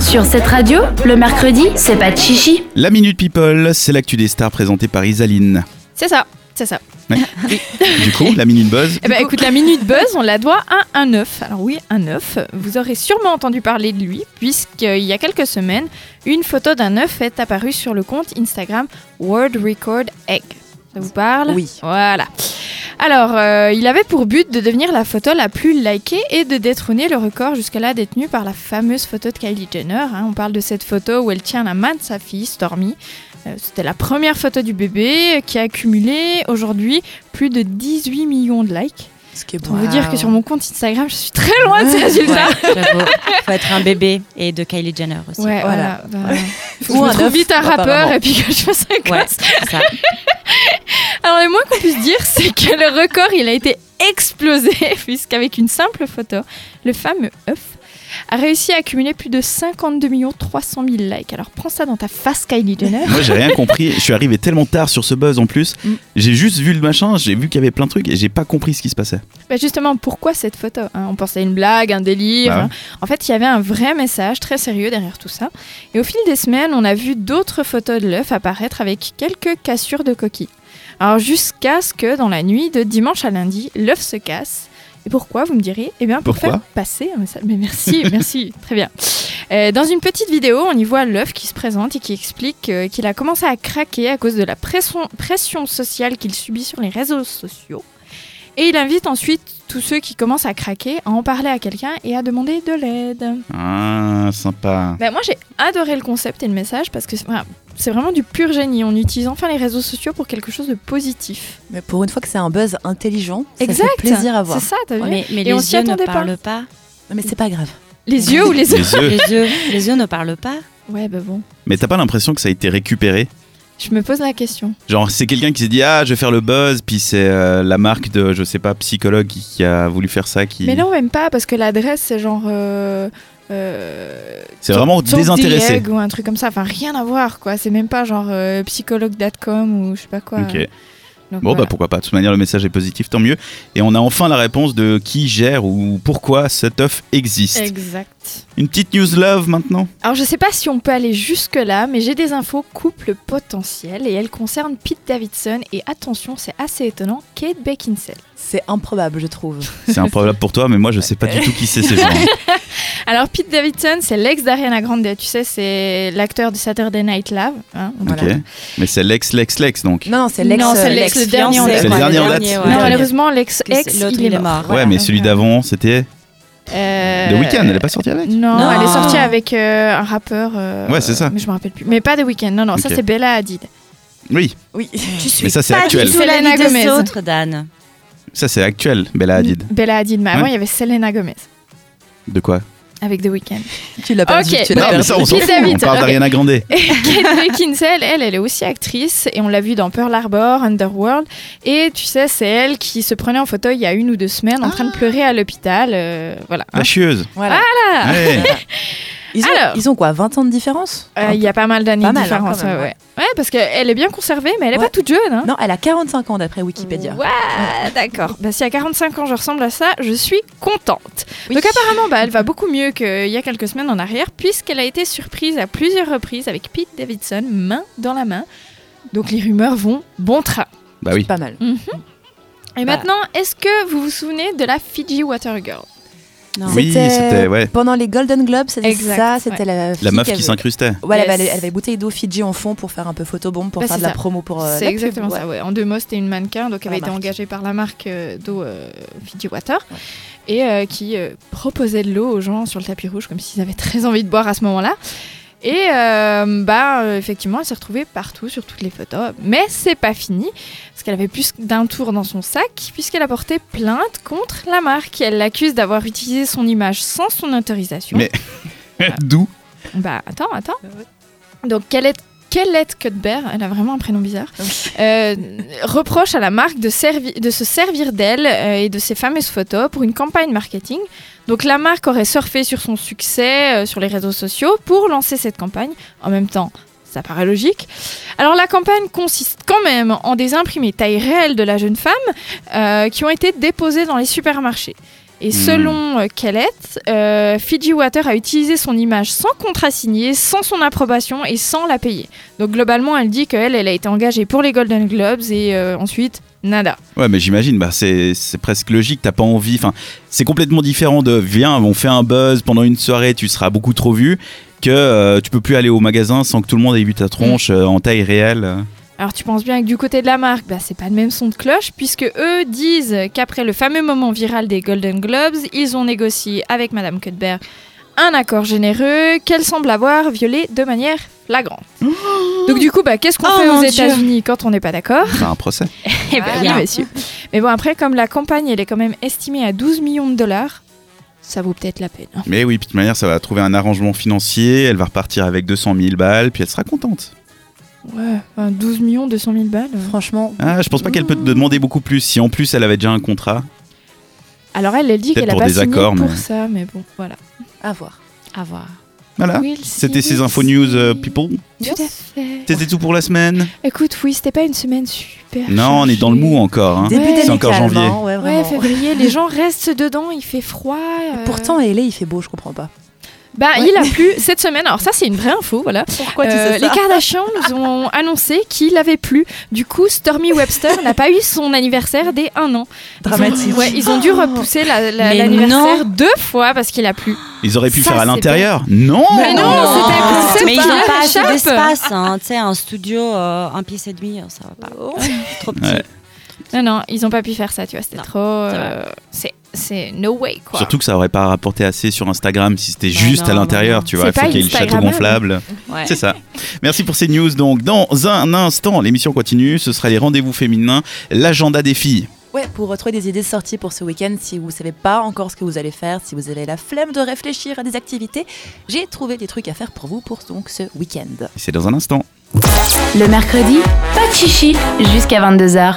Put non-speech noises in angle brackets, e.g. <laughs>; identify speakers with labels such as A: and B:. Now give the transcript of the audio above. A: Sur cette radio, le mercredi, c'est pas de chichi.
B: La Minute People, c'est l'actu des stars présentée par Isaline.
C: C'est ça, c'est ça.
B: Du coup, la Minute Buzz,
C: Eh ben, écoute,
B: <laughs>
C: la minute buzz, on la doit à un œuf. Alors oui, un œuf. Vous aurez sûrement entendu parler de lui, puisqu'il y a quelques semaines, une photo d'un œuf est apparue sur le compte Instagram World Record Egg. Ça vous parle
D: Oui.
C: Voilà. Alors, euh, il avait pour but de devenir la photo la plus likée et de détrôner le record jusque-là détenu par la fameuse photo de Kylie Jenner. hein. On parle de cette photo où elle tient la main de sa fille, Stormy. Euh, C'était la première photo du bébé euh, qui a accumulé aujourd'hui plus de 18 millions de likes.
D: Ce qui est
C: Pour vous dire que sur mon compte Instagram, je suis très loin de ces résultats.
E: Ouais, j'avoue. Faut être un bébé et de Kylie Jenner aussi.
C: Ouais,
D: Voilà.
C: voilà. voilà. Faut
D: Ou
C: que
D: un
C: je trouve
D: œuf,
C: vite un rappeur
D: apparemment.
C: et puis que je fasse un
E: Ouais,
C: gosse.
E: c'est ça.
C: Alors, le moins qu'on puisse dire, c'est que le record, il a été explosé, <laughs> puisqu'avec une simple photo, le fameux œuf a réussi à accumuler plus de 52 300 000 likes. Alors, prends ça dans ta face, Kylie Jenner. <laughs>
B: moi j'ai rien compris, je suis arrivé tellement tard sur ce buzz en plus,
C: Mm.
B: j'ai juste vu le machin, j'ai vu qu'il y avait plein de trucs et j'ai pas compris ce qui se passait.
C: Bah, justement, pourquoi cette photo hein On pensait à une blague, un délire.
B: Bah ouais.
C: hein. En fait, il y avait un vrai message très sérieux derrière tout ça. Et au fil des semaines, on a vu d'autres photos de l'œuf apparaître avec quelques cassures de coquilles. Alors jusqu'à ce que dans la nuit de dimanche à lundi, l'œuf se casse. Et pourquoi, vous me direz Eh bien, pour
B: Pourquoi
C: faire passer un message. Mais merci, <laughs> merci, très bien. Euh, dans une petite vidéo, on y voit l'œuf qui se présente et qui explique euh, qu'il a commencé à craquer à cause de la pression, pression sociale qu'il subit sur les réseaux sociaux. Et il invite ensuite tous ceux qui commencent à craquer à en parler à quelqu'un et à demander de l'aide.
B: Ah, sympa.
C: Bah, moi, j'ai adoré le concept et le message parce que c'est voilà, c'est vraiment du pur génie. On utilise enfin les réseaux sociaux pour quelque chose de positif.
D: Mais pour une fois que c'est un buzz intelligent, ça
C: Exact.
D: fait plaisir à voir.
C: C'est ça, t'as vu
E: Mais, mais
C: Et
E: les
C: on s'y
E: yeux ne
C: attendait pas.
E: parlent pas.
D: Mais c'est pas grave.
C: Les yeux
B: <laughs>
C: ou les yeux
B: Les œufs.
E: Les yeux, les yeux ne parlent pas.
C: Ouais, bah bon.
B: Mais t'as pas l'impression que ça a été récupéré
C: Je me pose la question.
B: Genre c'est quelqu'un qui s'est dit ah je vais faire le buzz puis c'est euh, la marque de je sais pas psychologue qui, qui a voulu faire ça qui
C: Mais non, même pas, parce que l'adresse, c'est genre. euh, euh,
B: c'est vraiment
C: Talk
B: désintéressé.
C: Dieg ou un truc comme ça. Enfin, rien à voir, quoi. C'est même pas genre euh, psychologue.com ou je sais pas quoi.
B: Ok.
C: Donc,
B: Bon,
C: voilà.
B: bah pourquoi pas. De toute manière, le message est positif, tant mieux. Et on a enfin la réponse de qui gère ou pourquoi cette œuf existe.
C: Exact.
B: Une petite news love maintenant
C: Alors, je sais pas si on peut aller jusque-là, mais j'ai des infos couple potentiel et elles concernent Pete Davidson et attention, c'est assez étonnant, Kate Beckinsale.
D: C'est improbable, je trouve.
B: C'est improbable pour toi, mais moi je sais pas du tout qui c'est ces <laughs> gens.
C: Alors, Pete Davidson, c'est l'ex d'Ariana Grande, tu sais, c'est l'acteur de Saturday Night Live. hein, voilà.
B: Ok. Mais c'est l'ex, l'ex, l'ex donc.
D: Non, non, c'est
C: Non,
D: l'ex.
C: c'est
D: euh,
C: l'ex, le dernier
E: fiancé,
C: en date.
B: C'est le
E: quoi,
B: dernier en date.
E: ouais.
B: Le
C: Non,
B: dernier.
C: malheureusement, l'ex-ex,
E: L'autre,
C: il est mort.
B: ouais,
E: Voilà.
B: mais celui d'avant, c'était
C: Euh,
B: The Weeknd, elle est pas sortie avec
C: Non,
E: Non.
C: elle est sortie avec euh, un rappeur. euh,
B: Ouais, c'est ça.
C: Mais je me rappelle plus. Mais pas The Weeknd, non, non, ça
B: Ok.
C: c'est Bella Hadid.
B: Oui,
D: Oui.
E: Tu suis
B: mais ça c'est
E: pas
B: actuel.
E: du tout la
C: Selena
E: vie des
C: Gomez.
E: autres, Dan.
B: Ça c'est actuel, Bella Hadid.
C: Bella Hadid, mais avant
B: Ouais.
C: il y avait Selena Gomez
B: de quoi
C: avec The Weeknd.
D: Tu l'as perdu.
C: Ok.
D: Tu
B: <laughs> Non,
D: l'as
B: mais
D: perdu.
B: ça on s'en
C: Pete
B: fout. On
C: Davidson,
B: parle
C: ok.
B: d'Ariana Grande.
C: Et Kate Beckinsale, elle, elle est aussi actrice et on l'a vu dans Pearl Harbor, Underworld. Et tu sais, c'est elle qui se prenait en photo il y a une ou deux semaines en train
D: Ah.
C: de pleurer à l'hôpital. euh, voilà.
B: La chieuse.
D: Voilà.
C: Ah
B: Ouais.
D: Ils, ont,
C: Alors.
D: ils ont quoi 20 ans de différence
C: Euh, Il y a pas mal d'années
D: Pas
C: de
D: mal, hein,
C: différence.
D: quand même,
C: ouais, ouais. Ouais, parce qu'elle est bien conservée, mais elle est
D: Ouais.
C: pas toute jeune. hein.
D: Non, elle a 45 ans d'après Wikipédia.
C: Ouais, d'accord. Bah, si à 45 ans je ressemble à ça, je suis contente.
D: Oui.
C: Donc apparemment, bah, elle va beaucoup mieux qu'il y a quelques semaines en arrière, puisqu'elle a été surprise à plusieurs reprises avec Pete Davidson, main dans la main. Donc les rumeurs vont bon train.
B: Bah oui.
D: Pas mal.
C: Et
D: Bah.
C: maintenant, est-ce que vous vous souvenez de la Fiji Water Girl
E: Non.
B: Oui,
D: C'était-
B: c'était ouais.
D: Pendant les Golden Globes, c'était
C: Exact,
D: ça. C'était la,
B: La
D: fille
B: meuf qui
D: avait-
B: s'incrustait.
D: Ouais, elle avait,
C: Yes.
D: elle avait bouteille d'eau Fidji en fond pour faire un peu photobombe, pour
C: Bah,
D: faire
C: c'est
D: de la
C: ça.
D: promo pour. euh,
C: C'est
D: la pub,
C: exactement
D: ouais.
C: ça, ouais. En deux mots, c'était une mannequin, donc elle
D: La
C: avait été
D: marque.
C: engagée par la marque euh, d'eau euh, Fiji Water et euh, qui euh, proposait de l'eau aux gens sur le tapis rouge, comme s'ils avaient très envie de boire à ce moment-là. Et euh, bah, euh, effectivement, elle s'est retrouvée partout sur toutes les photos. Mais c'est pas fini, parce qu'elle avait plus d'un tour dans son sac, puisqu'elle a porté plainte contre la marque. Elle l'accuse d'avoir utilisé son image sans son autorisation.
B: Mais- D'où
C: Bah attends, attends. Donc quelle est Kellette Cuthbert, elle a vraiment un prénom bizarre, euh, reproche à la marque de, servi- de se servir d'elle euh, et de ses fameuses photos pour une campagne marketing. Donc la marque aurait surfé sur son succès euh, sur les réseaux sociaux pour lancer cette campagne. En même temps, ça paraît logique. Alors la campagne consiste quand même en des imprimés taille réelle de la jeune femme euh, qui ont été déposés dans les supermarchés. Et selon euh, Kellett, euh, Fiji Water a utilisé son image sans contrat signé, sans son approbation et sans la payer. Donc globalement, elle dit qu'elle, elle a été engagée pour les Golden Globes et euh, ensuite, nada.
B: Ouais, mais j'imagine, bah, c'est c'est presque logique, t'as pas envie. Enfin, c'est complètement différent de viens, on fait un buzz pendant une soirée, tu seras beaucoup trop vu, que euh, tu peux plus aller au magasin sans que tout le monde ait vu ta tronche euh, en taille réelle.
C: Alors tu penses bien que du côté de la marque, bah, c'est pas le même son de cloche, puisque eux disent qu'après le fameux moment viral des Golden Globes, ils ont négocié avec Madame Cuthbert un accord généreux qu'elle semble avoir violé de manière flagrante. Donc du coup, bah, qu'est-ce qu'on
E: Oh,
C: fait
E: mon
C: aux
E: Dieu.
C: États-Unis quand on n'est pas d'accord
B: Enfin, un procès.
C: Eh ben oui,
E: Voilà.
C: monsieur. Mais bon, après, comme la campagne, elle est quand même estimée à 12 millions de dollars, ça vaut peut-être la peine.
B: Mais oui, puis de toute manière, ça va trouver un arrangement financier, elle va repartir avec 200 000 balles, puis elle sera contente.
C: Ouais, enfin, 12 millions, 200 000 balles. euh.
D: Franchement,
B: Ah, je pense pas qu'elle peut te demander beaucoup plus, si en plus elle avait déjà un contrat.
C: Alors elle, elle dit
B: Peut-être
C: qu'elle a
B: pour
C: pas
B: des
C: signé
B: accords,
C: pour
B: mais-
C: ça, mais bon, voilà.
D: à voir.
E: À voir.
B: Voilà.
C: We'll see,
B: Hein C'était ces
C: we'll
B: infos
C: see.
B: news, euh, people.
C: Tout à fait.
B: C'était tout pour la semaine.
C: Écoute, oui, c'était pas une semaine super.
B: Non, on est dans le mou encore. hein.
D: Début
C: Ouais.
D: d'année
B: C'est encore
D: calme,
B: janvier.
D: hein, ouais,
C: Ouais,
D: vraiment.
C: février, les gens restent dedans, il fait froid. euh.
D: Pourtant, à LA, il fait beau, je comprends pas.
C: bah,
D: Ouais.
C: il a plu cette semaine. Alors ça, c'est une vraie info, voilà.
D: Pourquoi
C: Euh, les Kardashians nous ont annoncé qu'il avait plu. Du coup, Stormy Webster n'a pas eu son anniversaire dès un an. Ils
D: Dramatique.
C: ont, ouais, ils ont dû repousser la- la-
E: Mais
C: l'anniversaire deux fois parce qu'il a plu.
B: Ils auraient pu
C: Ça,
B: faire à
C: c'est
B: l'intérieur. Non
C: Mais non,
E: Oh,
C: c'était un concept
E: Mais ils
C: qui
E: n'ont pas assez
C: échappe.
E: d'espace, hein, tu sais, un studio, euh, un pièce et demi, ça va pas. Trop petit.
B: Ouais.
C: Non, non, ils ont pas pu faire ça, tu vois. C'était
E: Non,
C: trop.
E: c'est
C: euh, C'est c'est no way, quoi. Bah
B: Surtout que ça aurait pas rapporté assez sur Instagram si c'était
E: Ah
B: juste
E: non,
B: à
E: non,
B: l'intérieur,
E: non.
B: tu vois.
C: C'est
B: Il faut
C: pas
B: qu'il y ait le château
C: Instagrammable.
B: gonflable.
E: Ouais.
B: C'est ça. Merci pour ces news. Donc, dans un instant, l'émission continue. Ce sera les rendez-vous féminins, l'agenda des filles.
D: Ouais, pour retrouver des idées de sortie pour ce week-end, si vous savez pas encore ce que vous allez faire, si vous avez la flemme de réfléchir à des activités, j'ai trouvé des trucs à faire pour vous pour donc ce week-end.
B: Et C'est dans un instant.
A: Le mercredi, pas de chichi jusqu'à 22h.